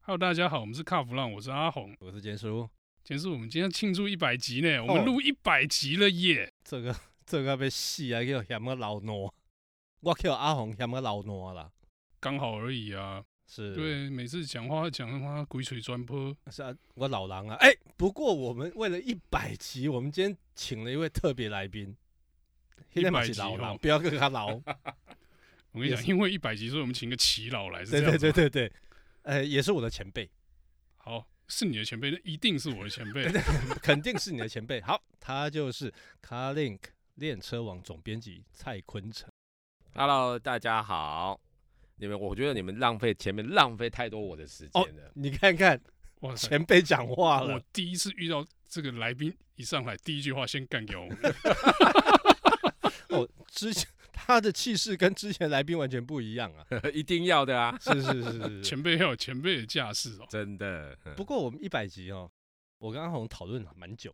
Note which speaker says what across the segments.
Speaker 1: Hello，大家好，我们是卡弗浪，我是阿红。
Speaker 2: 我是坚叔，
Speaker 1: 其实我们今天庆祝一百集呢，我们
Speaker 2: 哦
Speaker 1: 录一百集了耶！
Speaker 2: 这个 这个被死啊，叫嫌个老烂，我叫阿红嫌个老烂啦，
Speaker 1: 刚好而已啊。
Speaker 2: 是，，
Speaker 1: 对，每次讲话讲他妈鬼水砖坡，
Speaker 2: 是啊，我老狼啊，哎、不过我们为了一百集，我们今天请了一位特别来宾，现在嘛
Speaker 1: 100
Speaker 2: 是
Speaker 1: 集
Speaker 2: 老
Speaker 1: 哦
Speaker 2: 狼，不要跟他 老，
Speaker 1: 我跟你
Speaker 2: 也
Speaker 1: 讲，
Speaker 2: 是
Speaker 1: 因为一百集，所以我们请个耆老来，是这
Speaker 2: 对
Speaker 1: 样子
Speaker 2: 对对
Speaker 1: 吗。
Speaker 2: 对对，呃，也是我的前辈，
Speaker 1: 好，是你的前辈，那一定是我的前 辈。
Speaker 2: 肯定是你的前辈，好，他就是 Car Link 练车网总编辑蔡坤成，
Speaker 3: Hello，大家好。你们，我觉得你们浪费前面浪费太多我的时间了。
Speaker 2: 你看看
Speaker 1: 哇塞，
Speaker 2: 前辈讲话
Speaker 1: 我
Speaker 2: 了，
Speaker 1: 第一次遇到这个来宾一上来第一句话先干掉我们，
Speaker 2: 哦，之前他的气势跟之前来宾完全不一样啊。
Speaker 3: 一定要的 啊，
Speaker 2: 是是是是是。
Speaker 1: 前辈要有前辈的架势哦。
Speaker 3: 真的。嗯
Speaker 2: 不过我们一百集哦，我跟阿红讨论了蛮久，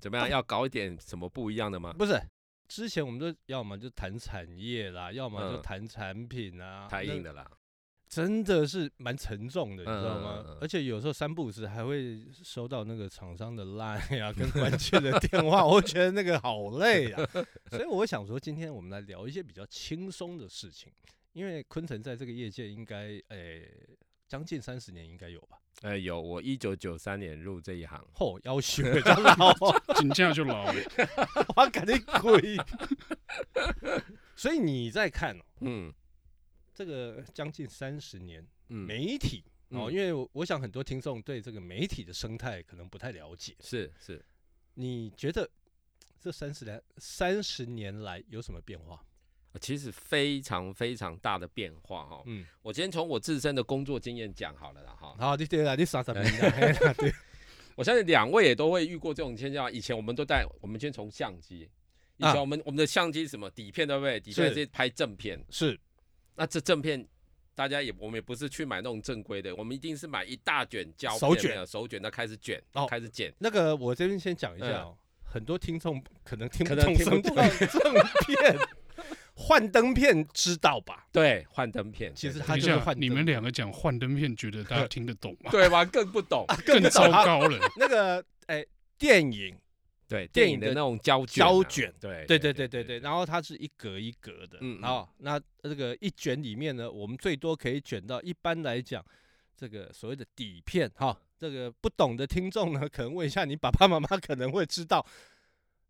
Speaker 3: 怎么样？要搞一点什么不一样的吗？
Speaker 2: 不是之前我们就要么就谈产业啦，要么就
Speaker 3: 嗯
Speaker 2: 谈产品啊，
Speaker 3: 太
Speaker 2: 那
Speaker 3: 硬的啦。
Speaker 2: 真的是蛮沉重的，你
Speaker 3: 嗯
Speaker 2: 知道吗？
Speaker 3: 嗯嗯嗯
Speaker 2: 而且有时候三不五时还会收到那个厂商的 line 啊，跟关切的电话，我觉得那个好累啊。所以我想说，今天我们来聊一些比较轻松的事情，因为昆城在这个业界应该诶将近三十年应该有吧？
Speaker 3: 呃，有，我一九九三年入这一行，
Speaker 2: 吼、要求比较老哦，
Speaker 1: 紧接着就老 了，
Speaker 2: 我肯定 鬼。所以你在看、哦、
Speaker 3: 嗯
Speaker 2: 这个将近三十年
Speaker 3: 嗯，
Speaker 2: 媒体。哦，
Speaker 3: 嗯
Speaker 2: 因为我我想很多听众对这个媒体的生态可能不太了解，
Speaker 3: 是是，
Speaker 2: 你觉得这三十年三十年来有什么变化？
Speaker 3: 呃其实非常非常大的变化哦。
Speaker 2: 嗯，
Speaker 3: 我先从我自身的工作经验讲好了啦哈。
Speaker 2: 好，你对了，你三十
Speaker 3: 哎
Speaker 2: 年了，嘿啦 对，
Speaker 3: 我相信两位也都会遇过这种现象。以前我们都带，我们先从相机。以前
Speaker 2: 啊
Speaker 3: 我们、我们的相机是什么底片对不对？底片
Speaker 2: 是
Speaker 3: 是拍正片，
Speaker 2: 是
Speaker 3: 那这正片，大家也我们也不是去买那种正规的，我们一定是买一大卷胶片
Speaker 2: 手卷
Speaker 3: 有没有手卷，那开始卷，
Speaker 2: 哦
Speaker 3: 开始剪。
Speaker 2: 那个我这边先讲一下哦，很多听众可能听
Speaker 3: 可
Speaker 2: 不
Speaker 3: 能
Speaker 2: 懂
Speaker 3: 听
Speaker 2: 什
Speaker 3: 不
Speaker 2: 么
Speaker 3: 懂
Speaker 2: 叫正片，幻灯片知道吧？
Speaker 3: 对，幻灯片，
Speaker 2: 其实
Speaker 3: 对
Speaker 2: 它
Speaker 1: 等一
Speaker 2: 就是
Speaker 1: 下
Speaker 2: 幻灯
Speaker 1: 你们两个讲幻灯片，觉得大家听得懂 吗？
Speaker 3: 对吧？更不懂。
Speaker 1: 更
Speaker 2: 不懂
Speaker 1: 糟
Speaker 2: 啊
Speaker 1: 糕了。
Speaker 2: 那个哎、电影，
Speaker 3: 对，
Speaker 2: 电
Speaker 3: 电
Speaker 2: 影
Speaker 3: 影的
Speaker 2: 的
Speaker 3: 那种胶卷、啊
Speaker 2: 胶卷，
Speaker 3: 对，
Speaker 2: 对对对对对，，然后它是一格一格的，
Speaker 3: 嗯嗯
Speaker 2: 然后那这个一卷里面呢，我们最多可以卷到，一般来讲，这个所谓的底片哈，这个不懂的听众呢，可能问一下你爸爸妈妈可能会知道，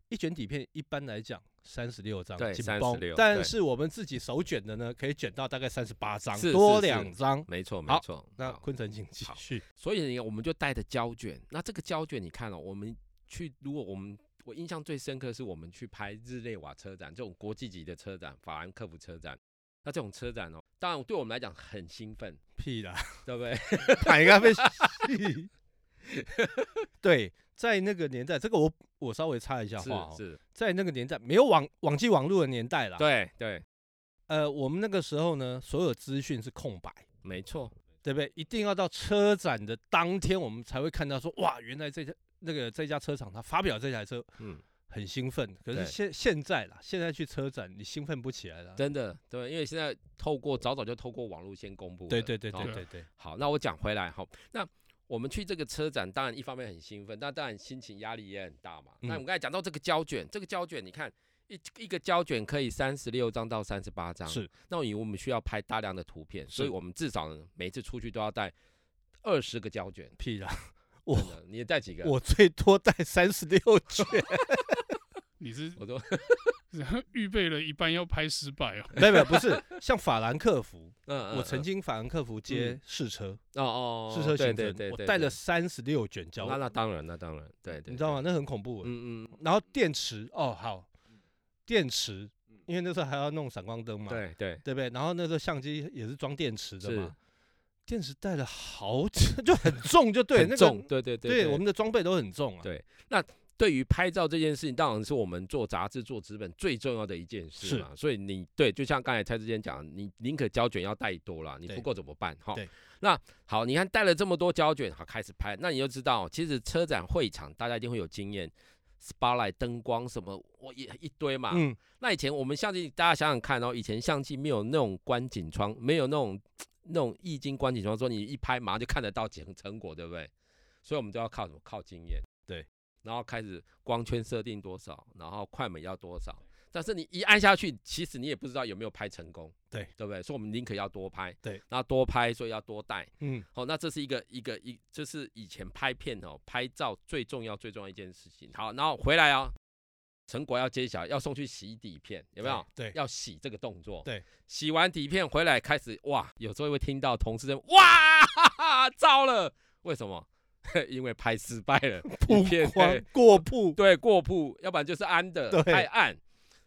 Speaker 2: 一卷底片一般来讲三十六张，
Speaker 3: 对
Speaker 2: 紧
Speaker 3: 36
Speaker 2: 绷
Speaker 3: 对
Speaker 2: 但是我们自己手卷的呢，可以卷到大概三十八张，
Speaker 3: 是
Speaker 2: 多
Speaker 3: 是是
Speaker 2: 两张。
Speaker 3: 没错
Speaker 2: 好
Speaker 3: 没错。
Speaker 2: 那
Speaker 3: 好
Speaker 2: 昆城请继
Speaker 3: 好
Speaker 2: 续，
Speaker 3: 所以呢，我们就带着胶卷。那这个胶卷，你看哦，我们去，如果我们我印象最深刻是我们去拍日内瓦车展这种国际级的车展，法兰克福车展。那这种车展哦，当然对我们来讲很兴奋，
Speaker 2: 屁啦，
Speaker 3: 对不对？
Speaker 2: 排咖 啡戏。对，在那个年代，这个我我稍微插一下话哦
Speaker 3: 是，是，
Speaker 2: 在那个年代没有网网际网络的年代啦。，
Speaker 3: 对对，
Speaker 2: 呃，我们那个时候呢，所有资讯是空白，
Speaker 3: 没错，
Speaker 2: 对不对？一定要到车展的当天，我们才会看到说，哇，原来这家那个这家车厂它发表这台车，
Speaker 3: 嗯，
Speaker 2: 很兴奋。可是
Speaker 3: 对
Speaker 2: 现现在啦，现在去车展你兴奋不起来了。
Speaker 3: 真的对，因为现在透过早早就透过网络先公布了，
Speaker 2: 对对对
Speaker 3: 哦
Speaker 2: 对对对，
Speaker 3: 好，那我讲回来哈，那我们去这个车展，当然一方面很兴奋，那当然心情压力也很大嘛。
Speaker 2: 嗯
Speaker 3: 那我们刚才讲到这个胶卷，这个胶卷你看一一个胶卷可以三十六张到三十八张，
Speaker 2: 是
Speaker 3: 那因为我们需要拍大量的图片，所以
Speaker 2: 是
Speaker 3: 我们至少呢每次出去都要带二十个胶卷。
Speaker 2: 屁 啦，
Speaker 3: 真
Speaker 2: 我
Speaker 3: 的，你也带几个？
Speaker 2: 我最多带三十六 卷，
Speaker 1: 你是
Speaker 3: 我嗯说，
Speaker 1: 预备了一半要拍失败哦，
Speaker 2: 没有没有，不是像法兰克福，
Speaker 3: 嗯，
Speaker 2: 我曾
Speaker 3: 经
Speaker 2: 经法兰克福接
Speaker 3: 嗯
Speaker 2: 试车，
Speaker 3: 哦哦，
Speaker 2: 试车
Speaker 3: 对
Speaker 2: 行
Speaker 3: 对
Speaker 2: 程，
Speaker 3: 对，
Speaker 2: 我
Speaker 3: 对
Speaker 2: 带
Speaker 3: 对
Speaker 2: 了三十六卷胶
Speaker 3: 那那当然，那当然，对对，
Speaker 2: 你知道
Speaker 3: 对
Speaker 2: 吗？？那很恐怖。
Speaker 3: 嗯嗯，
Speaker 2: 然后电池哦，好，电池，因为那时候还要弄闪光灯嘛，
Speaker 3: 嗯对对，
Speaker 2: 对不对？然后那时候相机也是装电池的
Speaker 3: 是
Speaker 2: 嘛，电池带了好几， 就很重，就对，
Speaker 3: 很
Speaker 2: 那个
Speaker 3: 重，对对
Speaker 2: 对
Speaker 3: 对，
Speaker 2: 我们的装备都很重啊。
Speaker 3: 对对于拍照这件事情，当然是我们做杂志、做纸本最重要的一件事嘛。所以你对，就像刚才蔡志坚讲，你宁可胶卷要带多了，你
Speaker 2: 对
Speaker 3: 不够怎么办？哈
Speaker 2: 对。
Speaker 3: 那好，你看带了这么多胶卷，好开始拍，那你就知道，其实车展会场大家一定会有经验。spotlight 灯光什么，我一一堆嘛。
Speaker 2: 嗯，
Speaker 3: 那以前我们相机，大家想想看哦，以前相机没有那种观景窗，没有那种那种易经观景窗，说你一拍马上就看得到成成果，对不对？所以我们都要靠什么？靠经验。
Speaker 2: 对，
Speaker 3: 然后开始光圈设定多少，然后快门要多少。但是你一按下去，其实你也不知道有没有拍成功，
Speaker 2: 对
Speaker 3: 对不对？所以我们宁可要多拍，
Speaker 2: 对，
Speaker 3: 那多拍，所以要多带。
Speaker 2: 嗯，
Speaker 3: 好、那这是一个一个一，这是以前拍片哦，拍照最重要最重要一件事情。好，然后回来哦，成果要揭晓，要送去洗底片，有没有？
Speaker 2: 对？对，
Speaker 3: 要洗这个动作。
Speaker 2: 对，
Speaker 3: 洗完底片回来开始哇，有时候会听到同事在哇哈哈，糟了，为什么？ 因为拍失败了，
Speaker 2: 曝
Speaker 3: 底片哎
Speaker 2: 光过 曝，
Speaker 3: 对过曝，要不然就是暗的
Speaker 2: 对
Speaker 3: 太暗，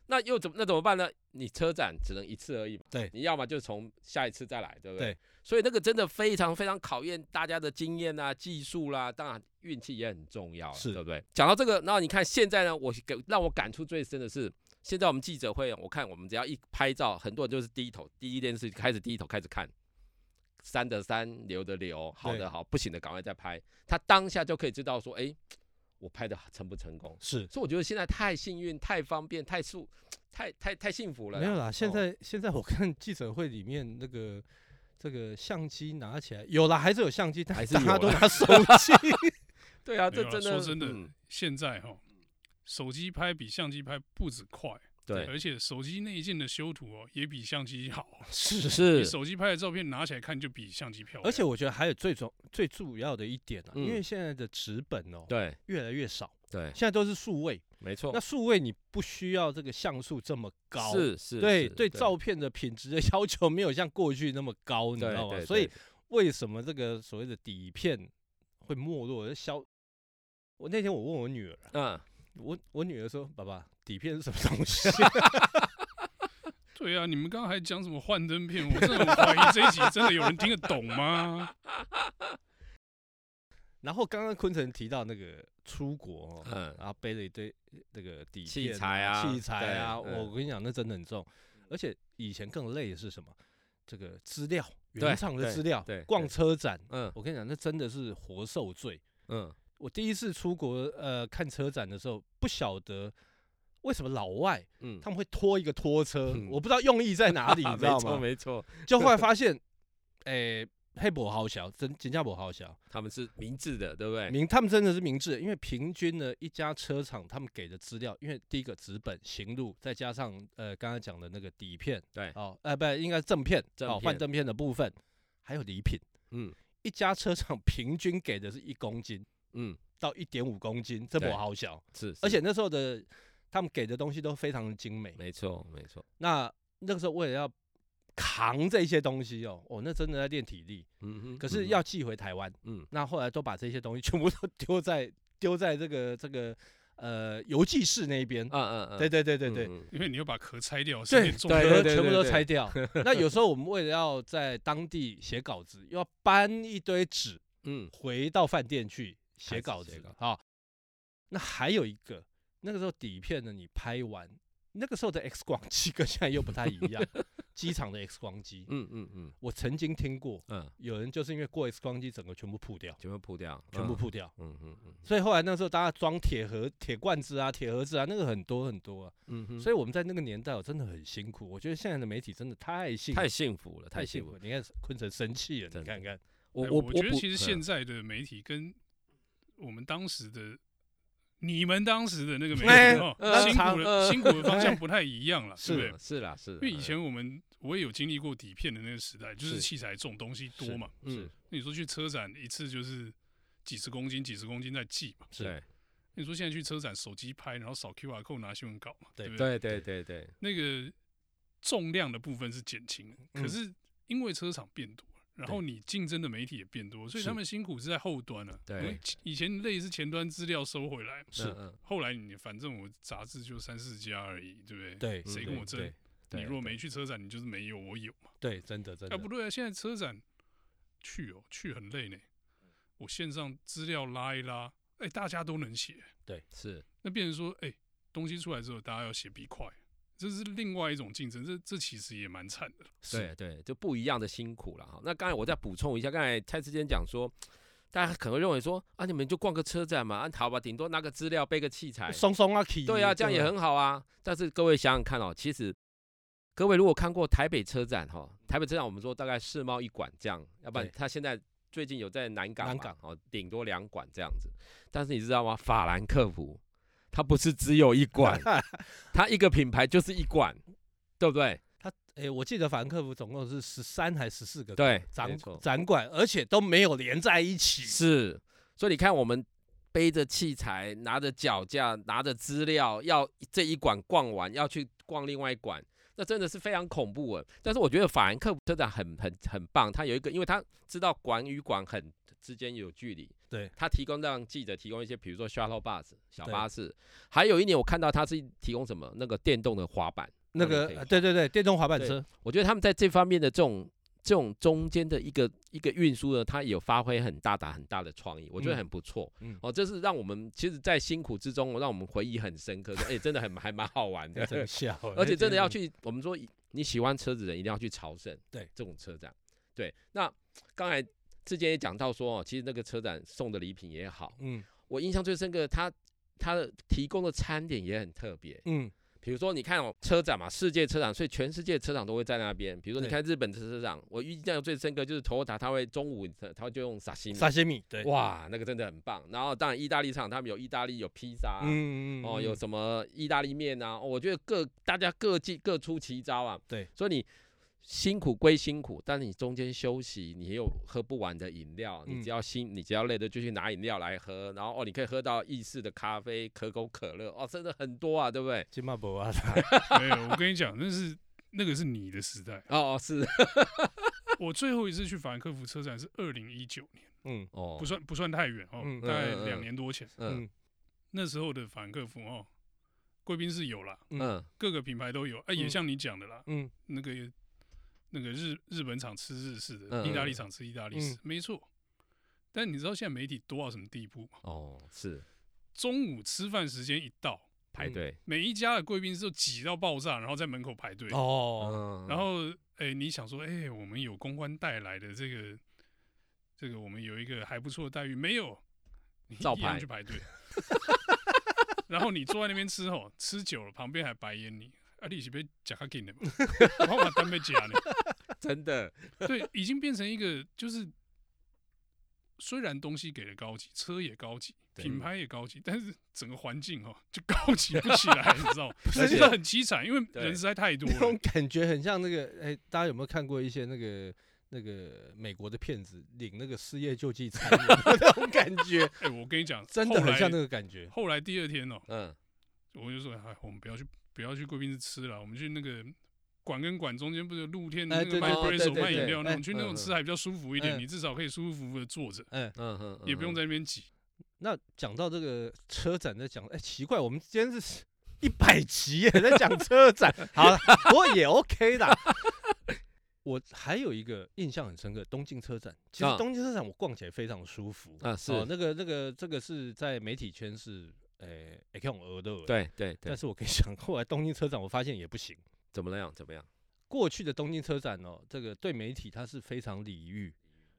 Speaker 3: 那又怎么那怎么办呢？你车展只能一次而已嘛，
Speaker 2: 对
Speaker 3: 你要么就从下一次再来，对不对？
Speaker 2: 对
Speaker 3: 所以那个真的非常非常考验大家的经验啊、技术啦、当然运气也很重要啊，
Speaker 2: 是
Speaker 3: 对不对？讲到这个，那你看现在呢，我给让我感触最深的是，现在我们记者会，我看我们只要一拍照，很多人就是低头，第一件事开始低头开始看。删的删，留的留，好
Speaker 2: 对
Speaker 3: 的好，不行的赶快再拍。他当下就可以知道说，哎，我拍的成不成功。
Speaker 2: 是
Speaker 3: 所以我觉得现在太幸运、太方便、太速、太太太幸福了。
Speaker 2: 没有啦。现
Speaker 3: 哦
Speaker 2: 在现在我看记者会里面那个这个相机拿起来有啦，还是有相机，但
Speaker 3: 还是
Speaker 2: 大家
Speaker 3: 有啊
Speaker 2: 都
Speaker 3: 啦
Speaker 2: 拿手机。
Speaker 3: 对啊，
Speaker 1: 没
Speaker 3: 这
Speaker 1: 有啦
Speaker 3: 真的
Speaker 1: 说真的
Speaker 3: 嗯
Speaker 1: 现在哈，手机拍比相机拍不止快，
Speaker 3: 对
Speaker 1: 而且手机内建的修图哦也比相机好，
Speaker 2: 是
Speaker 1: 你
Speaker 3: 是
Speaker 1: 手机拍的照片拿起来看就比相机漂亮，
Speaker 2: 而且我觉得还有最重最主要的一点啊，
Speaker 3: 嗯
Speaker 2: 因为现在的纸本哦
Speaker 3: 对
Speaker 2: 越来越少，
Speaker 3: 对，
Speaker 2: 现在都是数位。
Speaker 3: 没错
Speaker 2: 那，数位你不需要这个像素这么高，
Speaker 3: 哦是是，
Speaker 2: 对
Speaker 3: 是
Speaker 2: 对照片的品质的 要求没有像过去那么高，你知
Speaker 3: 对
Speaker 2: 道吗？
Speaker 3: 对
Speaker 2: 所以
Speaker 3: 对
Speaker 2: 为什么这个所谓的底片会没落？消我那天我问我女儿，
Speaker 3: 嗯，
Speaker 2: 我我女儿说：“爸爸，底片是什么东西
Speaker 1: 对啊，你们刚刚还讲什么幻灯片，我真 的很怀疑这一集真的有人听得懂吗？？”
Speaker 2: 然后刚刚坤城提到那个出国、哦，
Speaker 3: 嗯
Speaker 2: 然后背了一堆那个底
Speaker 3: 器
Speaker 2: 片
Speaker 3: 材啊
Speaker 2: 器材啊，
Speaker 3: 对嗯
Speaker 2: 我跟你讲，那真的很重。而且以前更累的是什么？这个资料，
Speaker 3: 对
Speaker 2: 原厂的
Speaker 3: 对
Speaker 2: 资料
Speaker 3: 对对，
Speaker 2: 逛车展，
Speaker 3: 嗯
Speaker 2: 我跟你讲，那真的是活受罪。
Speaker 3: 嗯，
Speaker 2: 我第一次出国呃看车展的时候，不晓得为什么老外
Speaker 3: 嗯，
Speaker 2: 他们会拖一个拖车，
Speaker 3: 嗯
Speaker 2: 我不知道用意在 哪里，你知道
Speaker 3: 没错
Speaker 2: 吗？
Speaker 3: 没错，
Speaker 2: 就 后来发现，诶、黑博好小，真新加坡好小，
Speaker 3: 他们是明智的，对不对？
Speaker 2: 明他们真的是明智，因为平均呢一家车厂他们给的资料，因为第一个纸本行路，再加上呃刚才讲的那个底片，
Speaker 3: 对
Speaker 2: 哦，呃不应该是正片，
Speaker 3: 正
Speaker 2: 哦换
Speaker 3: 片
Speaker 2: 正片的部分，还有礼品，
Speaker 3: 嗯
Speaker 2: 一家车厂平均给的是一公斤
Speaker 3: 嗯，
Speaker 2: 到一点五公斤，这
Speaker 3: 对
Speaker 2: 博好小。
Speaker 3: 是，
Speaker 2: 而
Speaker 3: 是
Speaker 2: 且那时候的他们给的东西都非常的精美。
Speaker 3: 没错没错，
Speaker 2: 那那个时候为了要扛这些东西哦，哦，那真的在练体力。
Speaker 3: 嗯哼，
Speaker 2: 可
Speaker 3: 嗯
Speaker 2: 是
Speaker 3: 哼
Speaker 2: 要寄回台湾，
Speaker 3: 嗯
Speaker 2: 那后来都把这些东西全部都 丢在丢在这个这个呃邮寄室那一边。
Speaker 3: 嗯嗯嗯，
Speaker 2: 对对对对对，
Speaker 3: 嗯，嗯
Speaker 1: 因为你要把壳拆掉，是有
Speaker 2: 对
Speaker 1: 点重
Speaker 3: 对
Speaker 1: 要
Speaker 2: 壳
Speaker 1: 的。
Speaker 3: 对
Speaker 2: 全部
Speaker 3: 对
Speaker 2: 都
Speaker 3: 对
Speaker 2: 拆 掉。那有时候我们为了要在当地写稿子，又要搬一堆纸
Speaker 3: 嗯
Speaker 2: 回到饭店去
Speaker 3: 开
Speaker 2: 写
Speaker 3: 始
Speaker 2: 稿
Speaker 3: 写
Speaker 2: 子
Speaker 3: 稿
Speaker 2: 啊、那还有一个，那个时候底片呢，你拍完，那个时候的 X 光机 跟现在又不太一样，机场的 X 光机，
Speaker 3: 嗯嗯嗯
Speaker 2: 我曾经听过
Speaker 3: 嗯，
Speaker 2: 有人就是因为过 X 光机，整个全部扑掉，
Speaker 3: 全部铺掉，
Speaker 2: 全部，铺掉。
Speaker 3: 嗯嗯嗯
Speaker 2: 所以后来那时候大家装铁盒、铁罐子啊、铁盒子啊，那个很多很多啊。
Speaker 3: 嗯哼，
Speaker 2: 所以我们在那个年代，我哦真的很辛苦。我觉得现在的媒体真的太辛苦
Speaker 3: 太，幸福了，太
Speaker 2: 辛
Speaker 3: 幸
Speaker 2: 苦
Speaker 3: 福
Speaker 2: 了
Speaker 3: 了。。
Speaker 2: 你看坤城生气了，
Speaker 3: 真
Speaker 2: 你
Speaker 3: 的
Speaker 2: 看看，
Speaker 3: 我
Speaker 1: 哎
Speaker 3: 我
Speaker 1: 觉得
Speaker 3: 不
Speaker 1: 其实
Speaker 3: 嗯
Speaker 1: 现在的媒体跟我们当时的、你们当时的那个媒
Speaker 2: 哎
Speaker 1: 体哦，
Speaker 3: 呃
Speaker 1: 辛苦
Speaker 3: 呃
Speaker 1: 的辛苦的方向不太一样了，对不对
Speaker 3: 是？啊是啦是啦，
Speaker 1: 因为以前我们我也有经历过底片的那个时代，就是
Speaker 3: 是
Speaker 1: 器材重东西多嘛。
Speaker 3: 嗯
Speaker 1: 那你说去车展一次就是几十公斤、几十公斤在寄嘛？
Speaker 2: 是
Speaker 3: 对
Speaker 1: 那你说现在去车展手机拍，然后扫 QR code 拿新闻稿嘛？
Speaker 2: 对
Speaker 1: 对不对？
Speaker 3: 对对对对，
Speaker 1: 那个重量的部分是减轻的，
Speaker 2: 嗯
Speaker 1: 可是因为车厂变多，然后你竞争的媒体也变多，所以
Speaker 2: 是
Speaker 1: 他们辛苦是在后端了、啊。
Speaker 3: 对
Speaker 1: 因为以前类似前端资料收回来，
Speaker 2: 是
Speaker 3: 嗯，嗯
Speaker 1: 后来你反正我杂志就三四家而已，对不对？
Speaker 2: 对
Speaker 1: 谁
Speaker 3: 嗯
Speaker 1: 跟我
Speaker 2: 对
Speaker 1: 争？
Speaker 3: 对
Speaker 1: 你如果
Speaker 3: 对
Speaker 1: 没去车展，你就是没有，我有嘛。
Speaker 2: 对，真的真
Speaker 1: 啊，
Speaker 2: 的
Speaker 1: 不对啊，现在车展去哦，去很累呢。我线上资料拉一拉，哎，大家都能写，
Speaker 3: 是
Speaker 1: 那变成说，哎、东西出来之后，大家要写笔快，这是另外一种竞争，这这其实也蛮惨的。
Speaker 2: 是
Speaker 3: 对对，就不一样的辛苦了哈。那刚才我再补充一下，刚才蔡志坚讲说，大家可能会认为说啊，你们就逛个车站嘛，啊好吧，顶多拿个资料背个器材，
Speaker 2: 松松啊，起
Speaker 3: 对啊，这样也很好啊。但是各位想想看哦，其实各位如果看过台北车展哈，台北车展我们说大概世贸一馆这样，要不然
Speaker 2: 对
Speaker 3: 它现在最近有在南港嘛，
Speaker 2: 南港
Speaker 3: 哦，顶多两馆这样子。但是你知道吗？法兰克福它不是只有 一馆，它一个品牌就是一馆，对不对？
Speaker 2: 哎、我记得法兰克福总共是十三还十四个
Speaker 3: 对，没
Speaker 2: 展
Speaker 3: 错，
Speaker 2: 展馆，而且都没有连在一起。
Speaker 3: 是。所以你看，我们背着器材，拿着脚架，拿着资料，要这一馆逛完，要去逛另外一馆。那真的是非常恐怖啊！但是我觉得法兰克福车展很很很棒，它有一个，因为它知道馆与馆很之间有距离，
Speaker 2: 对，
Speaker 3: 它提供让记者提供一些，比如说 shuttle bus 小
Speaker 2: 对
Speaker 3: 巴士，还有一年我看到它是提供什么那个电动的滑板，
Speaker 2: 那
Speaker 3: 让你
Speaker 2: 个
Speaker 3: 可以
Speaker 2: 呃对对对，电动滑板
Speaker 3: 对
Speaker 2: 车，
Speaker 3: 我觉得他们在这方面的这种这种中间的一个一个运输呢，它有发挥很大的很大的创意，我觉得
Speaker 2: 嗯
Speaker 3: 很不错。
Speaker 2: 嗯
Speaker 3: 哦，这是让我们其实，在辛苦之中，让我们回忆很深刻，说哎、真的很还蛮好玩的
Speaker 2: 那。真笑欸，
Speaker 3: 而且 真的要
Speaker 2: 这
Speaker 3: 去，我们说以你喜欢车子的人一定要去朝圣，
Speaker 2: 对
Speaker 3: 这种车展，对。那刚才之前也讲到说，哦，其实那个车展送的礼品也好，
Speaker 2: 个，嗯
Speaker 3: 我印象最深刻，它它的提供的餐点也很特别，
Speaker 2: 嗯，
Speaker 3: 比如说，你看哦，车展嘛，世界车展，所以全世界车展都会在那边。比如说，你
Speaker 2: 对
Speaker 3: 看日本车车展，我印象最深刻就是 Toyota，它会中午它它就用沙西米，
Speaker 2: 沙西米，对，
Speaker 3: 嗯哇，那个真的很棒。然后当然意大利场，他们有意大利有披萨、啊，
Speaker 2: 嗯，嗯
Speaker 3: 哦，有
Speaker 2: 嗯
Speaker 3: 什么意大利面啊？哦我觉得各大家各技各出奇招啊。
Speaker 2: 对，
Speaker 3: 所以你辛苦归辛苦，但是你中间休息，你也有喝不完的饮料，你
Speaker 2: 嗯
Speaker 3: 只要心、你只要累的就去拿饮料来喝，然后哦，你可以喝到意式的咖啡、可口可乐，哦，真的很多啊，对不对？
Speaker 2: 金马博啊，
Speaker 1: 没有，我跟你讲，那是那个是你的时代。
Speaker 3: 哦，哦是
Speaker 1: 我最后一次去法兰克福车展是二零一九年，
Speaker 2: 嗯
Speaker 3: 哦，
Speaker 1: 不算不算太远哦，
Speaker 2: 嗯
Speaker 1: 大概
Speaker 3: 嗯嗯嗯
Speaker 1: 两年多前。
Speaker 3: 嗯
Speaker 2: 嗯
Speaker 1: 那时候的法兰克福哦，贵宾室有啦，
Speaker 3: 嗯
Speaker 1: 各个品牌都有。哎、也
Speaker 2: 嗯
Speaker 1: 像你讲的啦，
Speaker 2: 嗯，
Speaker 1: 那个那个日日本厂吃日式
Speaker 3: 嗯
Speaker 1: 的，
Speaker 3: 嗯
Speaker 1: 意大利厂吃意大利式，没错。但你知道现在媒体多到什么地步吗？
Speaker 3: 哦是
Speaker 1: 中午吃饭时间一到，
Speaker 3: 排队，
Speaker 1: 每一家的贵宾室都挤到爆炸，然后在门口排队。
Speaker 2: 哦，
Speaker 3: 嗯
Speaker 1: 然后，哎、你想说，哎、我们有公关带来的这个，这个我们有一个还不错的待遇，没有，你
Speaker 3: 照
Speaker 1: 一样
Speaker 3: 排
Speaker 1: 去排队。 然后你坐在那边吃哦，吃久了旁边还白眼你，啊，你是被假卡给的嘛， 我把单被假呢。
Speaker 3: 真的
Speaker 1: 对，已经变成一个就是，虽然东西给的高级，车也高级，
Speaker 3: 对
Speaker 1: 品牌也高级，但是整个环境哦就 高级不起来，你知道吗？
Speaker 3: 而且
Speaker 1: 真的很凄惨，因为
Speaker 3: 对
Speaker 1: 人实在太多
Speaker 2: 那种
Speaker 1: 了。
Speaker 2: 感觉很像那个，哎、大家有没有看过一些那个那个美国的骗子领那个失业救济餐 那种感觉？
Speaker 1: 哎、我跟你讲，
Speaker 2: 真的
Speaker 1: 后
Speaker 2: 很
Speaker 1: 来
Speaker 2: 像那个感觉。
Speaker 1: 后来第二天哦，
Speaker 3: 嗯
Speaker 1: 我就说，哎，我们不要去，不要去贵宾室吃了，我们去那个馆跟馆中间不是有露天的
Speaker 2: 哎
Speaker 1: 那个
Speaker 2: 对
Speaker 1: 卖
Speaker 3: 对对
Speaker 1: espresso
Speaker 3: 对
Speaker 1: 卖饮
Speaker 3: 对
Speaker 1: 料那
Speaker 2: 哎
Speaker 1: 种，去那种
Speaker 3: 嗯
Speaker 1: 吃还比较舒服一点，
Speaker 2: 嗯
Speaker 1: 你至少可以舒舒服服的坐着，
Speaker 2: 嗯，
Speaker 3: 嗯嗯，
Speaker 1: 也不用
Speaker 3: 在
Speaker 1: 在那边挤。
Speaker 2: 那讲到这个车展，在讲，哎、奇怪，我们今天是一百集耶，在讲车 展，好，不过也 OK 的。我还有一个印象很深刻，东京车展。其实
Speaker 3: 啊
Speaker 2: 东京车展我逛起来非常舒服
Speaker 3: 啊是
Speaker 2: 哦，那个那个这个是在媒体圈是，诶、欸，看我额的，
Speaker 3: 对对对
Speaker 2: 但，是我 跟你讲，后来东京车展我发现也不行。
Speaker 3: 怎么样怎么样？
Speaker 2: 过去的东京车展哦，这个对媒体它是非常礼遇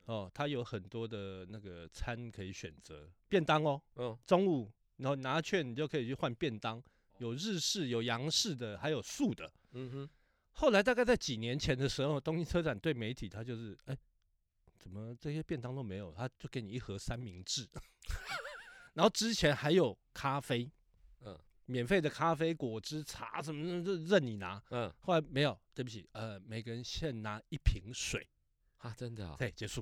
Speaker 2: 哦，它有很多的那个餐可以选择，便当哦，
Speaker 3: 嗯
Speaker 2: 中午然后拿券你就可以去换便当，有日式、有洋式的，还有素的。
Speaker 3: 嗯哼，
Speaker 2: 后来大概在几年前的时候，东京车展对媒体它就是，哎，怎么这些便当都没有？它就给你一盒三明治， 然后之前还有咖啡，
Speaker 3: 嗯
Speaker 2: 免费的咖啡、果汁、茶什么的，任你拿。
Speaker 3: 嗯
Speaker 2: 后来没有，对不起，呃，每个人限拿一瓶水，
Speaker 3: 啊，真的啊，
Speaker 2: 对，结束，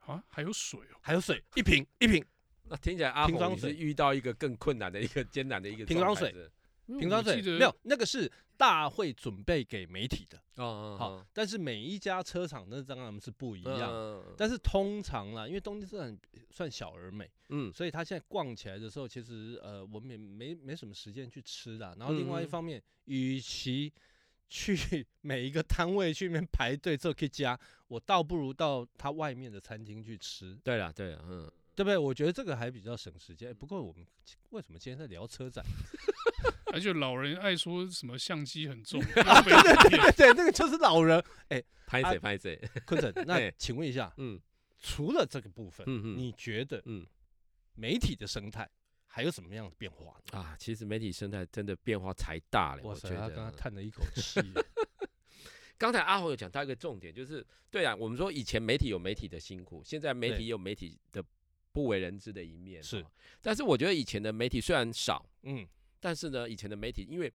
Speaker 1: 啊，还有水哦，
Speaker 2: 还有水，一瓶一瓶
Speaker 3: 那听起来阿
Speaker 2: 瓶
Speaker 3: 红
Speaker 2: 装
Speaker 3: 你是
Speaker 2: 水
Speaker 3: 遇到一个更困难的一个艰难的一个
Speaker 2: 瓶
Speaker 3: 状
Speaker 2: 装
Speaker 3: 态
Speaker 2: 水
Speaker 3: 是
Speaker 2: 瓶装
Speaker 1: 哦嗯我
Speaker 2: 水，
Speaker 1: 记得
Speaker 2: 没有，那个是大会准备给媒体的，
Speaker 3: 哦哦，
Speaker 2: 好、
Speaker 3: 哦
Speaker 2: 但是每一家车厂那当然是不一
Speaker 3: 嗯
Speaker 2: 样。
Speaker 3: 嗯嗯
Speaker 2: 但是通常啦，因为东京车展算小而美，
Speaker 3: 嗯
Speaker 2: 所以它现在逛起来的时候，其实呃，我们也没没什么时间去吃啦。然后另外一
Speaker 3: 嗯嗯
Speaker 2: 方面，与其 去每一个摊位去面排队做 K 家，我倒不如到它外面的餐厅去吃。
Speaker 3: 对了对了，嗯，
Speaker 2: 对不对？我觉得这个还比较省时间。不过我们为什么今天在聊车展？
Speaker 1: 而且老人爱说什么相机很 重，又被人骗
Speaker 2: 对，那个就是老人。
Speaker 3: 拍
Speaker 2: 啊
Speaker 3: 谁拍谁，
Speaker 2: 坤城，那
Speaker 3: 哎
Speaker 2: 请问一下，
Speaker 3: 嗯
Speaker 2: 除了这个部分，
Speaker 3: 嗯 嗯，
Speaker 2: 你觉得
Speaker 3: 嗯
Speaker 2: 媒体的生态还有什么样的变化呢？
Speaker 3: 啊，其实媒体生态真的变化才大嘞，
Speaker 2: 哇
Speaker 3: 我
Speaker 2: 塞
Speaker 3: 觉，
Speaker 2: 他刚
Speaker 3: 得
Speaker 2: 刚叹了一口气。
Speaker 3: 刚才阿红有讲到一个重点，就是对啊，我们说以前媒体有媒体的辛苦，现在媒
Speaker 2: 对
Speaker 3: 体也有媒体的不为人知的一面。
Speaker 2: 是
Speaker 3: 哦，但是我觉得以前的媒体虽然少，
Speaker 2: 嗯，
Speaker 3: 但是呢，以前的媒体因为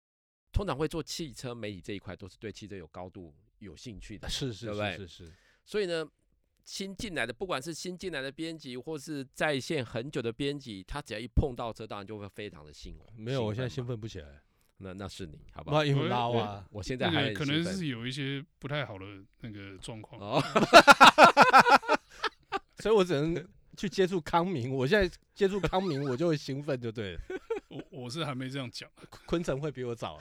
Speaker 3: 通常会做汽车媒体这一块，都是对汽车有高度有兴趣的，
Speaker 2: 是是
Speaker 3: 对不对
Speaker 2: 是是是，
Speaker 3: 所以呢，新进来的不管是新进来的编辑，或是在线很久的编辑，他只要一碰到车，当然就会非常的兴奋。
Speaker 2: 没有，我现在兴
Speaker 3: 嘛。
Speaker 2: 奋不起来，
Speaker 3: 那那是你，好不好
Speaker 2: 哇，？因为
Speaker 1: 我
Speaker 2: 拉
Speaker 1: 我
Speaker 2: 啊，
Speaker 3: 我现在
Speaker 1: 那
Speaker 3: 还
Speaker 1: 个
Speaker 3: 很
Speaker 1: 可
Speaker 3: 兴
Speaker 1: 能
Speaker 3: 奋
Speaker 1: 是有一些不太好的那个状况。
Speaker 3: 哦，
Speaker 2: 所以我只能去接触康明。我现在接 触康明，我就会兴奋，就对了。
Speaker 1: 我我是还没这样讲，啊
Speaker 2: 昆 昆城会比我早，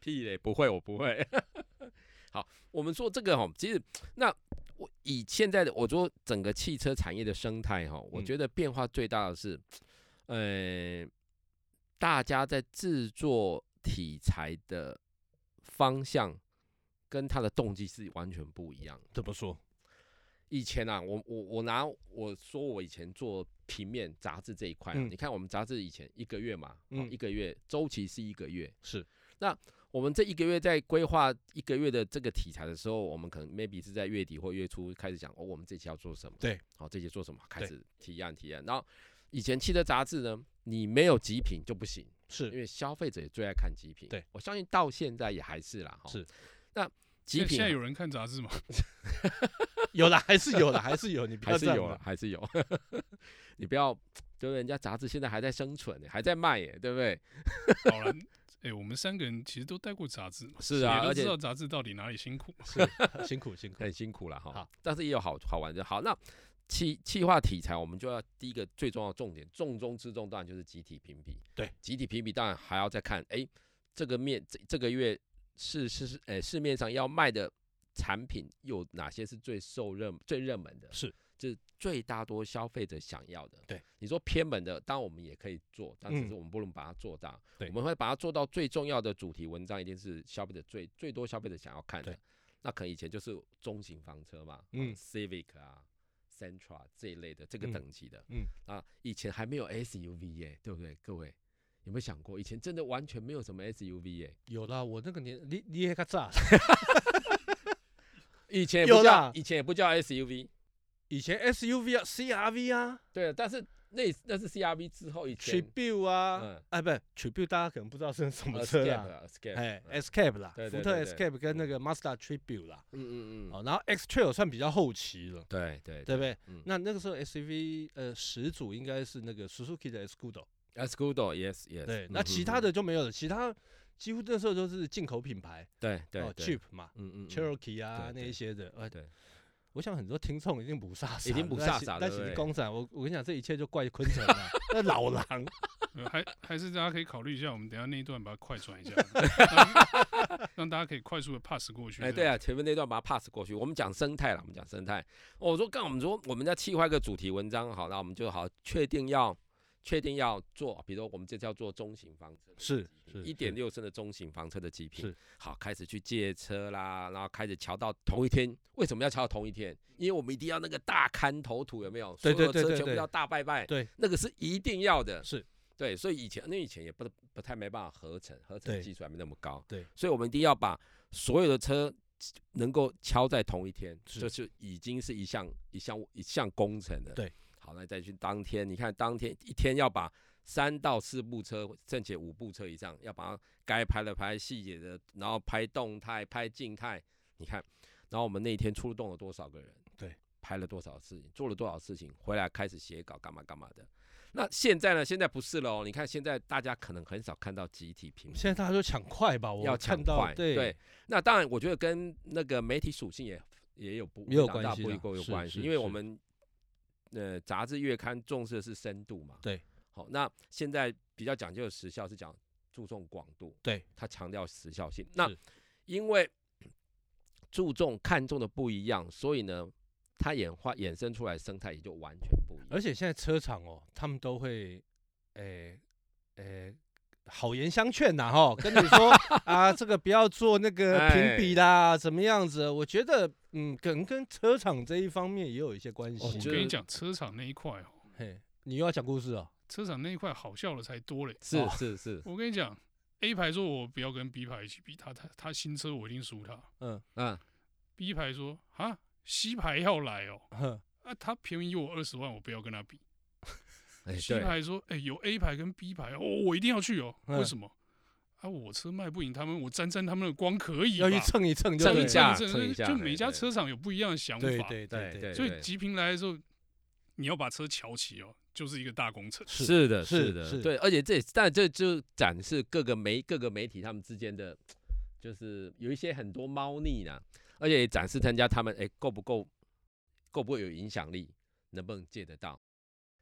Speaker 3: 屁嘞，不会，我不会。 好，我们说这个哈，其实那我以现在的我说整个汽车产业的生态哈，我
Speaker 2: 嗯
Speaker 3: 觉得变化最大的是，呃，大家在制作题材的方向跟他的动机是完全不一样的。
Speaker 2: 怎么说？
Speaker 3: 以前啊，我我我拿我说我以前做平面杂志这一块啊、
Speaker 2: 嗯
Speaker 3: 你看我们杂志以前一个月嘛，哦
Speaker 2: 嗯
Speaker 3: 一个月周期是一个月，
Speaker 2: 是
Speaker 3: 我们这一个月在规划一个月的这个题材的时候，我们可能 maybe 是在月底或月初开始讲哦，我们这期要做什么？
Speaker 2: 对，
Speaker 3: 好、这期做什么？开
Speaker 2: 对
Speaker 3: 始提案提案。然后以前汽车杂志呢，你没有极品就不行，因
Speaker 2: 是，
Speaker 3: 为消费者也最爱看极品。
Speaker 2: 对，
Speaker 3: 我相信到现在也还是啦。哈
Speaker 2: 是，
Speaker 3: 那极
Speaker 1: 现
Speaker 3: 品啊
Speaker 1: 现在有人看杂志吗？
Speaker 2: 有的还是有的，还是有，你不
Speaker 3: 还
Speaker 2: 要
Speaker 3: 是
Speaker 2: 这样
Speaker 3: 有啊，
Speaker 2: 嘛。
Speaker 3: 还是有。 你不要，就是人家杂志现在还在生存呢，还在卖耶，对不对？
Speaker 1: 好了，哎，我们三个人其实都带过杂志嘛，
Speaker 3: 是啊
Speaker 1: 也
Speaker 3: 而
Speaker 1: 都
Speaker 3: 且
Speaker 1: 知道杂志到底哪里辛苦。
Speaker 2: 是 辛苦辛苦，
Speaker 3: 很辛苦了哈
Speaker 2: 好。
Speaker 3: 但是也有好好玩的。好，那企企划题材，我们就要第一个最重要的重点，重中之重当然就是集体评比。
Speaker 2: 对，
Speaker 3: 集体评比当然还要再看，哎，这个面这这个月市市市呃市面上要卖的产品有哪些是最受热最热门的？
Speaker 2: 是。
Speaker 3: 就是最大多消费者想要的，
Speaker 2: 对
Speaker 3: 你说偏门的，当然我们也可以做，但只
Speaker 2: 嗯
Speaker 3: 是我们不能把它做大。
Speaker 2: 对
Speaker 3: 我们会把它做到最重要的主题文章，一定是消费者最最多消费者想要看的
Speaker 2: 对。
Speaker 3: 那可能以前就是中型房车嘛，嗯
Speaker 2: 嗯
Speaker 3: ，Civic 啊、Sentra 这一类的这个
Speaker 2: 嗯
Speaker 3: 等级的，嗯
Speaker 2: 嗯
Speaker 3: 啊，以前还没有 SUV 耶、对不对？各位有没有想过，以前真的完全没有什么 SUV 耶、
Speaker 2: 有啦，我那个年，你你也看炸，
Speaker 3: 以前也不
Speaker 2: 有
Speaker 3: 叫
Speaker 2: 啦，
Speaker 3: 以前也不叫 SUV，
Speaker 2: 以前 SUV 啊、CRV 啊、
Speaker 3: 对，但是那那是 CRV 之后以前
Speaker 2: Tribute 啊，
Speaker 3: 嗯啊
Speaker 2: 哎，不是 Tribute，大家可能不知道是什么车啦，
Speaker 3: ，Escape，
Speaker 2: 哎
Speaker 3: s
Speaker 2: ，Escape 啦，
Speaker 3: 对
Speaker 2: 福
Speaker 3: 对
Speaker 2: 特
Speaker 3: 对对
Speaker 2: Escape 跟那个 Mazda Tribute 啦，
Speaker 3: 嗯嗯嗯，
Speaker 2: 哦，然后 X Trail 算比较后期了。
Speaker 3: 对对
Speaker 2: 对不对？
Speaker 3: 嗯
Speaker 2: 那那个时候 SUV 呃始祖应该是那个 Suzuki 的 Escudo，
Speaker 3: ，Escudo，yes yes，
Speaker 2: 对，
Speaker 3: 嗯
Speaker 2: 那其
Speaker 3: 嗯
Speaker 2: 他
Speaker 3: 嗯
Speaker 2: 的就没有了，其他几乎那时候都是进口品牌，
Speaker 3: 对对
Speaker 2: 哦
Speaker 3: 对
Speaker 2: ，Jeep 嘛
Speaker 3: 嗯嗯嗯
Speaker 2: ，Cherokee 啊
Speaker 3: 对
Speaker 2: 那
Speaker 3: 对
Speaker 2: 一些的，呃，
Speaker 3: 对，
Speaker 2: 我想很多听众一定不傻傻，
Speaker 3: 已经不傻傻
Speaker 2: 但是
Speaker 3: 对不对
Speaker 2: 公仔，我我跟你讲，这一切就怪昆城了，那老 狼，
Speaker 1: 呃还还是大家可以考虑一下，我们等一下那一段把它快转一下，让 让大家可以快速的 pass 过去。
Speaker 3: 哎，对啊，前面那段把它 pass 过去。我们讲生态了，我们讲生态。哦我说刚，我们说我们在企划一个主题文章，好，那我们就好确定要确定要做，比如说我们这次要做中型房车，
Speaker 2: 是是
Speaker 3: 一点六升的中型房车的极品
Speaker 2: 是。
Speaker 3: 好，开始去借车啦，然后开始瞧到同一天。为什么要瞧到同一天？因为我们一定要那个大看头土，有没有？
Speaker 2: 对对
Speaker 3: 所有
Speaker 2: 对
Speaker 3: 车
Speaker 2: 对
Speaker 3: 全部
Speaker 2: 对
Speaker 3: 要大拜拜。
Speaker 2: 对，
Speaker 3: 那个是一定要的。
Speaker 2: 是
Speaker 3: 对，所以以前那以前也不不太没办法合成，合成
Speaker 2: 对
Speaker 3: 技术还没那么高。
Speaker 2: 对，
Speaker 3: 所以我们一定要把所有的车能够敲在同一天，
Speaker 2: 是
Speaker 3: 这是已经是一项一项一项工程了。
Speaker 2: 对，
Speaker 3: 好，那再去当天，你看当天一天要把三到四部车，甚至五部车以上，要把它该拍的拍，细节的，然后拍动态、拍静态，你看，然后我们那一天出动了多少个人？
Speaker 2: 对，
Speaker 3: 拍了多少事情，做了多少事情，回来开始写稿，干嘛干嘛的。那现在呢？现在不是了哦。你看，现在大家可能很少看到集体评比，
Speaker 2: 现在大家都抢快吧，
Speaker 3: 要
Speaker 2: 我
Speaker 3: 抢
Speaker 2: 看到
Speaker 3: 哦快，
Speaker 2: 对，
Speaker 3: 那当然，我觉得跟那个媒体属性也也有不
Speaker 2: 也有
Speaker 3: 很大
Speaker 2: 关系
Speaker 3: 不
Speaker 2: 啦
Speaker 3: 一有
Speaker 2: 是
Speaker 3: 关系，
Speaker 2: 是
Speaker 3: 因为我
Speaker 2: 是
Speaker 3: 们呃杂志月刊重视的是深度嘛。
Speaker 2: 对。
Speaker 3: 好，那现在比较讲究的时效是讲注重广度，
Speaker 2: 对，
Speaker 3: 它强调时效性。那
Speaker 2: 是
Speaker 3: 因为注重看重的不一样，所以呢，它演化衍生出来生态也就完全不一样。
Speaker 2: 而且现在车厂哦，他们都会，诶、诶、好言相劝呐，哈，跟你说啊，这个不要做那个评比啦，怎么样子？我觉得，嗯，可能跟车厂这一方面也有一些关系。
Speaker 3: 哦
Speaker 1: 我
Speaker 3: 就
Speaker 1: 跟
Speaker 3: 是
Speaker 1: 你讲，车厂那一块哦，
Speaker 2: 嘿，你又要讲故事哦，
Speaker 1: 车厂那一块好笑的才多嘞。
Speaker 3: 是
Speaker 2: 哦
Speaker 3: 是是，
Speaker 1: 我跟你讲， A 牌说我不要跟 B 牌一起比，他他他新车我一定输他。
Speaker 2: 嗯，
Speaker 3: 嗯，
Speaker 1: B 牌说啊，C 牌要来哦，
Speaker 2: 哼
Speaker 1: 啊，他便宜我二十万，我不要跟他比。
Speaker 3: 哎，
Speaker 1: C
Speaker 3: 对，
Speaker 1: 牌说，哎、有 A 牌跟 B 牌哦，我一定要去哦，
Speaker 2: 嗯
Speaker 1: 为什么？啊，我车卖不赢他们，我沾沾他们的光可以吧
Speaker 2: 要去蹭一蹭就
Speaker 3: 蹭
Speaker 2: 对
Speaker 3: 一
Speaker 2: 了
Speaker 3: 下
Speaker 1: 蹭
Speaker 3: 蹭一
Speaker 1: 一
Speaker 3: 下
Speaker 1: 就
Speaker 3: 嘿
Speaker 1: 每家
Speaker 3: 对
Speaker 1: 车厂有不一样的想法。
Speaker 2: 对对
Speaker 3: 对
Speaker 2: 对，
Speaker 1: 所以
Speaker 3: 对
Speaker 1: 极品来的时候，你要把车瞧齐哦，就是一个大工程。
Speaker 2: 是
Speaker 3: 是的，
Speaker 2: 是是
Speaker 3: 的，对，而且这也但这就展示各个媒各个媒体他们之间的，就是有一些很多猫腻啦，而且也展示参加他们哎够不够，够不够有影响力，能不能借得到？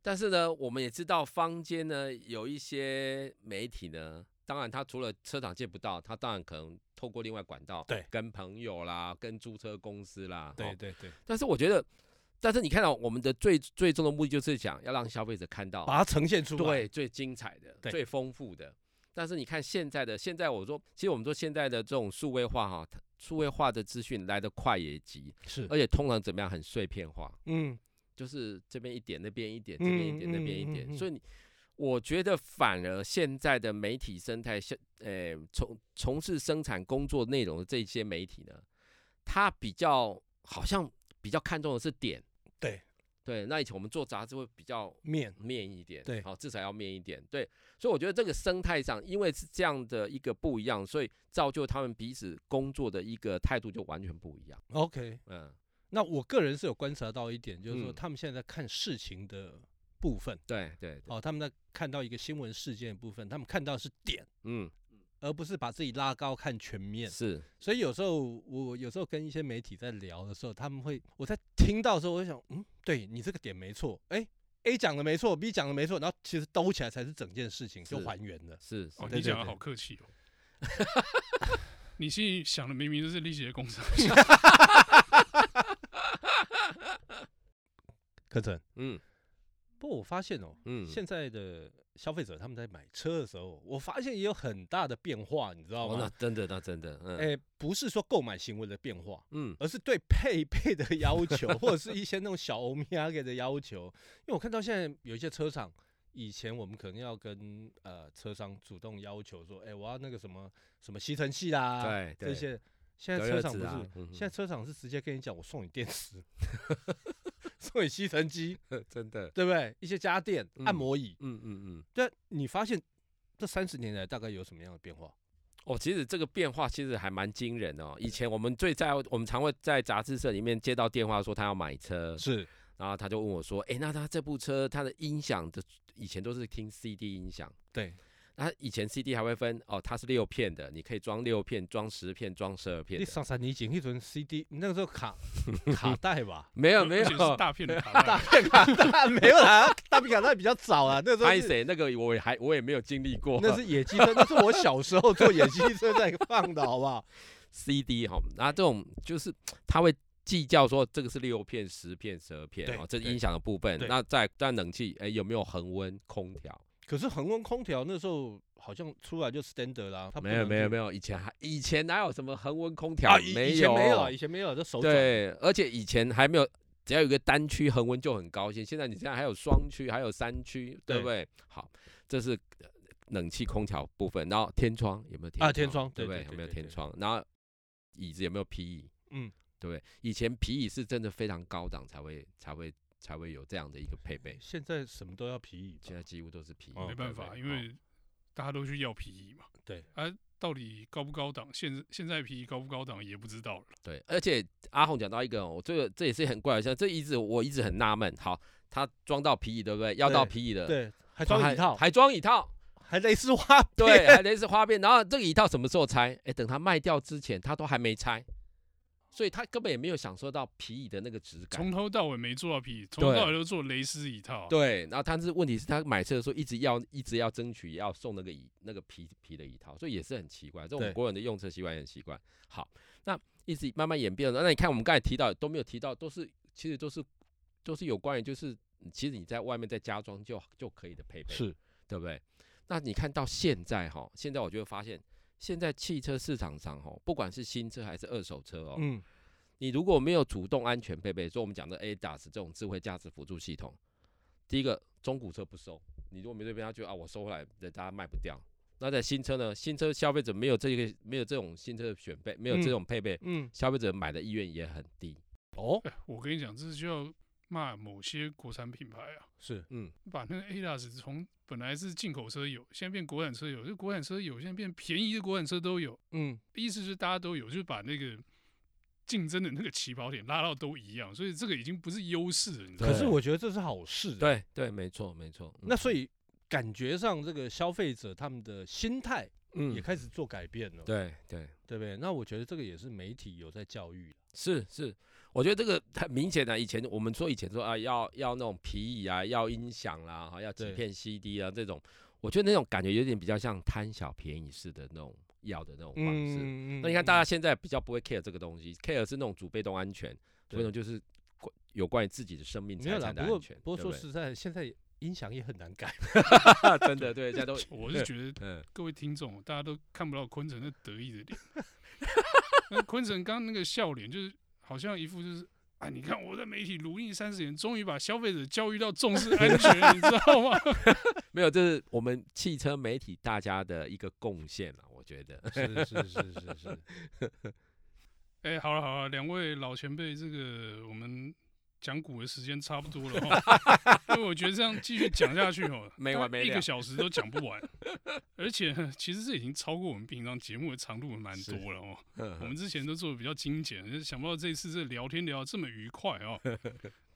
Speaker 3: 但是呢，我们也知道坊间呢有一些媒体呢，当然他除了车厂借不到，他当然可能透过另外管道，
Speaker 2: 对
Speaker 3: 跟朋友啦，跟租车公司啦，哦
Speaker 2: 对对对，
Speaker 3: 但是我觉得，但是你看到我们的最最终的目的就是想要让消费者看到
Speaker 2: 把它呈现出来，
Speaker 3: 对最精彩的、
Speaker 2: 对
Speaker 3: 最丰富的。但是你看现在的，现在我说，其实我们说现在的这种数位化哈，它数位化的资讯来得快也急，
Speaker 2: 是
Speaker 3: 而，且通常怎么样很碎片化，
Speaker 2: 嗯，
Speaker 3: 就是这边一点，那边一点，这边一
Speaker 2: 嗯
Speaker 3: 点，那边一
Speaker 2: 嗯嗯嗯
Speaker 3: 点。
Speaker 2: 嗯
Speaker 3: 所以你，我觉得反而现在的媒体生态，像呃从从事生产工作内容的这些媒体呢，它比较好像比较看重的是点。
Speaker 2: 对
Speaker 3: 对，那以前我们做杂志会比较
Speaker 2: 面
Speaker 3: 面一点，
Speaker 2: 对
Speaker 3: 好、至少要面一点，对，所以我觉得这个生态上，因为是这样的一个不一样，所以造就他们彼此工作的一个态度就完全不一样，
Speaker 2: ，OK。
Speaker 3: 嗯，
Speaker 2: 那我个人是有观察到一点，就是说
Speaker 3: 嗯
Speaker 2: 他们现在在看事情的部分，
Speaker 3: 对对对，
Speaker 2: 哦，他们在看到一个新闻事件的部分，他们看到的是点，
Speaker 3: 嗯，
Speaker 2: 而不是把自己拉高看全面。
Speaker 3: 是，
Speaker 2: 所以有时候我有时候跟一些媒体在聊的时候，他们会我在听到的时候，我就想，嗯，对你这个点没错，哎，A 讲的没错，B 讲的没错，然后其实兜起来才是整件事情就是还原了。
Speaker 3: 是是
Speaker 1: 哦，
Speaker 2: 对
Speaker 1: 你
Speaker 2: 对
Speaker 1: 讲的
Speaker 2: 对
Speaker 1: 好客气哦。 你心里想的明明就是利息的工 厂，
Speaker 2: 柯震，
Speaker 3: 嗯
Speaker 2: 不过我发现哦，
Speaker 3: 嗯，
Speaker 2: 现在的消费者他们在买车的时候，我发现也有很大的变化，你知道
Speaker 3: 哦，那
Speaker 2: 吗？
Speaker 3: 真的，那真的，嗯、
Speaker 2: 哎，不是说购买行为的变化，
Speaker 3: 嗯，
Speaker 2: 而是对配备的要求，或者是一些那种小欧米亚给的要求。因为我看到现在有一些车厂，以前我们可能要跟呃车商主动要求说，哎、我要那个什么什么吸尘器啦，
Speaker 3: 对
Speaker 2: 啊这
Speaker 3: 对，
Speaker 2: 些。现在
Speaker 3: 隔热
Speaker 2: 车厂不是，
Speaker 3: 纸啊嗯
Speaker 2: 现在车厂是直接跟你讲，我送你电池， 送你吸尘机，
Speaker 3: 真的，
Speaker 2: 对不对？一些家电、按
Speaker 3: 嗯
Speaker 2: 摩椅。
Speaker 3: 嗯嗯嗯，
Speaker 2: 对，啊你发现这三十年来大概有什么样的变化？
Speaker 3: 哦，其实这个变化其实还蛮惊人的哦，以前我们最在乎，我们常会在杂志社里面接到电话说他要买车，
Speaker 2: 是
Speaker 3: 然后他就问我说：“诶，那他这部车它的音响的以前都是听 CD 音响，
Speaker 2: 对，
Speaker 3: 那以前 CD 还会分哦，它是六片的，你可以装六片、装十片、装十二片
Speaker 2: 你
Speaker 3: 的。
Speaker 2: 上三年前那阵 CD，那个时候 卡卡带吧，
Speaker 3: 没有没
Speaker 1: 而
Speaker 3: 有
Speaker 1: 且，是大片的卡带
Speaker 2: 大 便卡带没有啦，大便卡带比较早啊，那时候
Speaker 3: 拍
Speaker 2: 是
Speaker 3: 谁那个我也还我也没有经历过。
Speaker 2: 那是野鸡车，那是我小时候坐野鸡车在放的，好不好？
Speaker 3: CD 哈，那这种就是他会计较说这个是六片、十片、十二片
Speaker 2: 对
Speaker 3: 哦，这是
Speaker 2: 对
Speaker 3: 音响的部分
Speaker 2: 对。
Speaker 3: 那在在冷气诶，有没有恒温空调？
Speaker 2: 可是恒温空调那时候好像出来就 standard 啦，它不
Speaker 3: 没有
Speaker 2: 能
Speaker 3: 没有
Speaker 2: 去
Speaker 3: 没有，以前还以前哪有什么恒温空调？
Speaker 2: 啊，以以
Speaker 3: 没
Speaker 2: 前
Speaker 3: 有
Speaker 2: 没有啊，以前没有，就手转
Speaker 3: 对，而且以前还没有，只要有一个单区恒温就很高兴。现在你现在还有双区，还有三区，对不对？好，这是呃冷气空调部分，然后天窗有没有天
Speaker 2: 啊天窗
Speaker 3: 对不
Speaker 2: 对
Speaker 3: 对？
Speaker 2: 对
Speaker 3: 有没有
Speaker 2: 对对
Speaker 3: 天
Speaker 2: 对
Speaker 3: 窗？然后椅子有没有皮椅？
Speaker 2: 嗯，
Speaker 3: 对不对？以前皮椅是真的非常高档才会才会才会有这样的一个配备，
Speaker 2: 现在什么都要皮椅吧，
Speaker 3: 现在几乎都是皮椅，
Speaker 2: 哦
Speaker 1: 没
Speaker 3: 对
Speaker 1: 办
Speaker 3: 不
Speaker 1: 法，
Speaker 3: 对
Speaker 1: 因
Speaker 3: 哦
Speaker 1: 为大家都去要皮衣嘛。
Speaker 2: 对
Speaker 1: 啊，到底高不高档？现现在皮衣高不高档也不知道了。
Speaker 3: 对，而且阿红讲到一个哦，我这个这也是很怪的，像这一直我一直很纳闷，好，他装到皮椅对不对？要到
Speaker 2: 对
Speaker 3: 皮椅的，
Speaker 2: 对，还
Speaker 3: 他
Speaker 2: 装椅套，
Speaker 3: 还装椅套。
Speaker 2: 还蕾丝花 边，
Speaker 3: 对，还类似花边。然后这个椅套什么时候拆？哎，等他卖掉之前，他都还没拆，所以他根本也没有享受到皮椅的那个质感。
Speaker 1: 从头到尾没做到皮衣，从头
Speaker 3: 对
Speaker 1: 到尾都做蕾丝椅套啊。
Speaker 3: 对，然后但是问题是，他买车的时候一直要一直要争取要送那个椅那个皮皮的椅套，所以也是很奇怪。这种
Speaker 2: 对
Speaker 3: 国人的用车习惯也很奇怪。好，那一直慢慢演变了。那你看我们刚才提到都没有提到，都是其实都是都是有关于就是其实你在外面再加装就就可以的配备。
Speaker 2: 是
Speaker 3: 对不对？那你看到现在哈，现在我就会发现，现在汽车市场上哈，不管是新车还是二手车哦，
Speaker 2: 嗯，
Speaker 3: 你如果没有主动安全配备，所以我们讲的 ADAS 这种智慧驾驶辅助系统，第一个中古车不收，你如果没对标，他就啊我收回来，人家卖不掉，那在新车呢，新车消费者没有这个没有这种新车的选配，没有
Speaker 2: 嗯
Speaker 3: 这种配备，
Speaker 2: 嗯，
Speaker 3: 消费者买的意愿也很低。
Speaker 2: 哦，
Speaker 1: 哎我跟你讲，这就要骂某些国产品牌啊，
Speaker 2: 是，
Speaker 3: 嗯，
Speaker 1: 把那个 ADAS 从本来是进口车有，现在变国产车有，这国产车有，现在变便宜的国产车都有，
Speaker 2: 嗯，
Speaker 1: 意思是大家都有，就是把那个竞争的那个起跑点拉到都一样，所以这个已经不是优势了，你知道
Speaker 2: 可
Speaker 1: 吗？
Speaker 2: 是我觉得这是好事、啊。，
Speaker 3: 对对，没错没错。嗯
Speaker 2: 那所以感觉上这个消费者他们的心态
Speaker 3: 嗯
Speaker 2: 也，开始做改变了，
Speaker 3: 对对
Speaker 2: 对不对？那我觉得这个也是媒体有在教育。
Speaker 3: 是是，我觉得这个很明显啊的、以前我们说以前说啊，要要那种皮椅啊，要音响啦，哈，要几
Speaker 2: 对
Speaker 3: 片 CD 啊这种，我觉得那种感觉有点比较像贪小便宜式的那种要的那种方式。
Speaker 2: 嗯
Speaker 3: 那你看，大
Speaker 2: 家
Speaker 3: 家现在比较不会 care 这个东西，care 是那种主被动安全，主
Speaker 2: 对
Speaker 3: 被动就是关有关于自己的生命
Speaker 2: 嗯没
Speaker 3: 财
Speaker 2: 有啦，
Speaker 3: 产的
Speaker 2: 不
Speaker 3: 安
Speaker 2: 过
Speaker 3: 全。
Speaker 2: 不过
Speaker 3: 对
Speaker 2: 说
Speaker 3: 不对
Speaker 2: 实在，现在音响也很难改。
Speaker 3: 真的，对，大家都
Speaker 1: 我是觉得
Speaker 3: 嗯，
Speaker 1: 各位听众，大家都看不到昆城那得意的 脸。那昆城刚刚那个笑脸，就是好像一副就是啊，你看我在媒体努力三十年，终于把消费者教育到重视安全了，你知道吗？
Speaker 3: 没有，这是我们汽车媒体大家的一个贡献了，我觉得。
Speaker 2: 是是是是是，
Speaker 1: 哎、好了好了，两位老前辈，这个我们讲股的时间差不多了哈，因为我觉得这样继续讲下去哦，
Speaker 3: 没完没了
Speaker 1: 一个小时都讲不完，而且其实这已经超过我们平常节目的长度蛮
Speaker 3: 是
Speaker 1: 多了哦。我
Speaker 3: 我
Speaker 1: 们之前都做的比较精简，就是想不到这一次这聊天聊得这么愉快哦。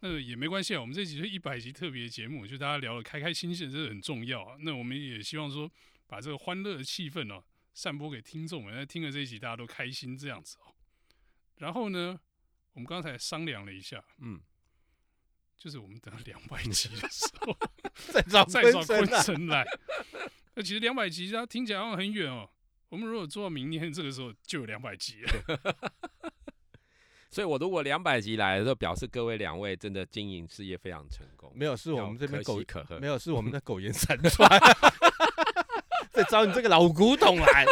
Speaker 1: 那也没关系啊，我们这集是一百集特别节目，就大家聊得开开心心，这很重要啊。那我们也希望说，把这个欢乐的气氛哦，散播给听众们，那听了这一集大家都开心这样子哦。然后呢，我们刚才商量了一下，
Speaker 3: 嗯，
Speaker 1: 就是我们等到两百集的时候，
Speaker 2: 再找
Speaker 1: 再找昆
Speaker 2: 昆城啊
Speaker 1: 城来。那其实两百集，它听起来好像很远哦。我们如果做到明年这个时候，就有两百集了。
Speaker 3: 所以我如果两百集来的时候，表示各位两位真的经营事业非常成功，
Speaker 2: 没有，是我
Speaker 3: 要
Speaker 2: 们这边
Speaker 3: 可
Speaker 2: 狗
Speaker 3: 喜可贺
Speaker 2: 没。有，是我们在苟延残 喘，在找你这个老古董来。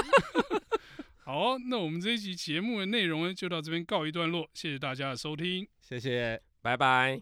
Speaker 1: 好、那我们这一集节目的内容呢，就到这边告一段落，谢谢大家的收听。
Speaker 2: 谢谢。
Speaker 3: 拜拜。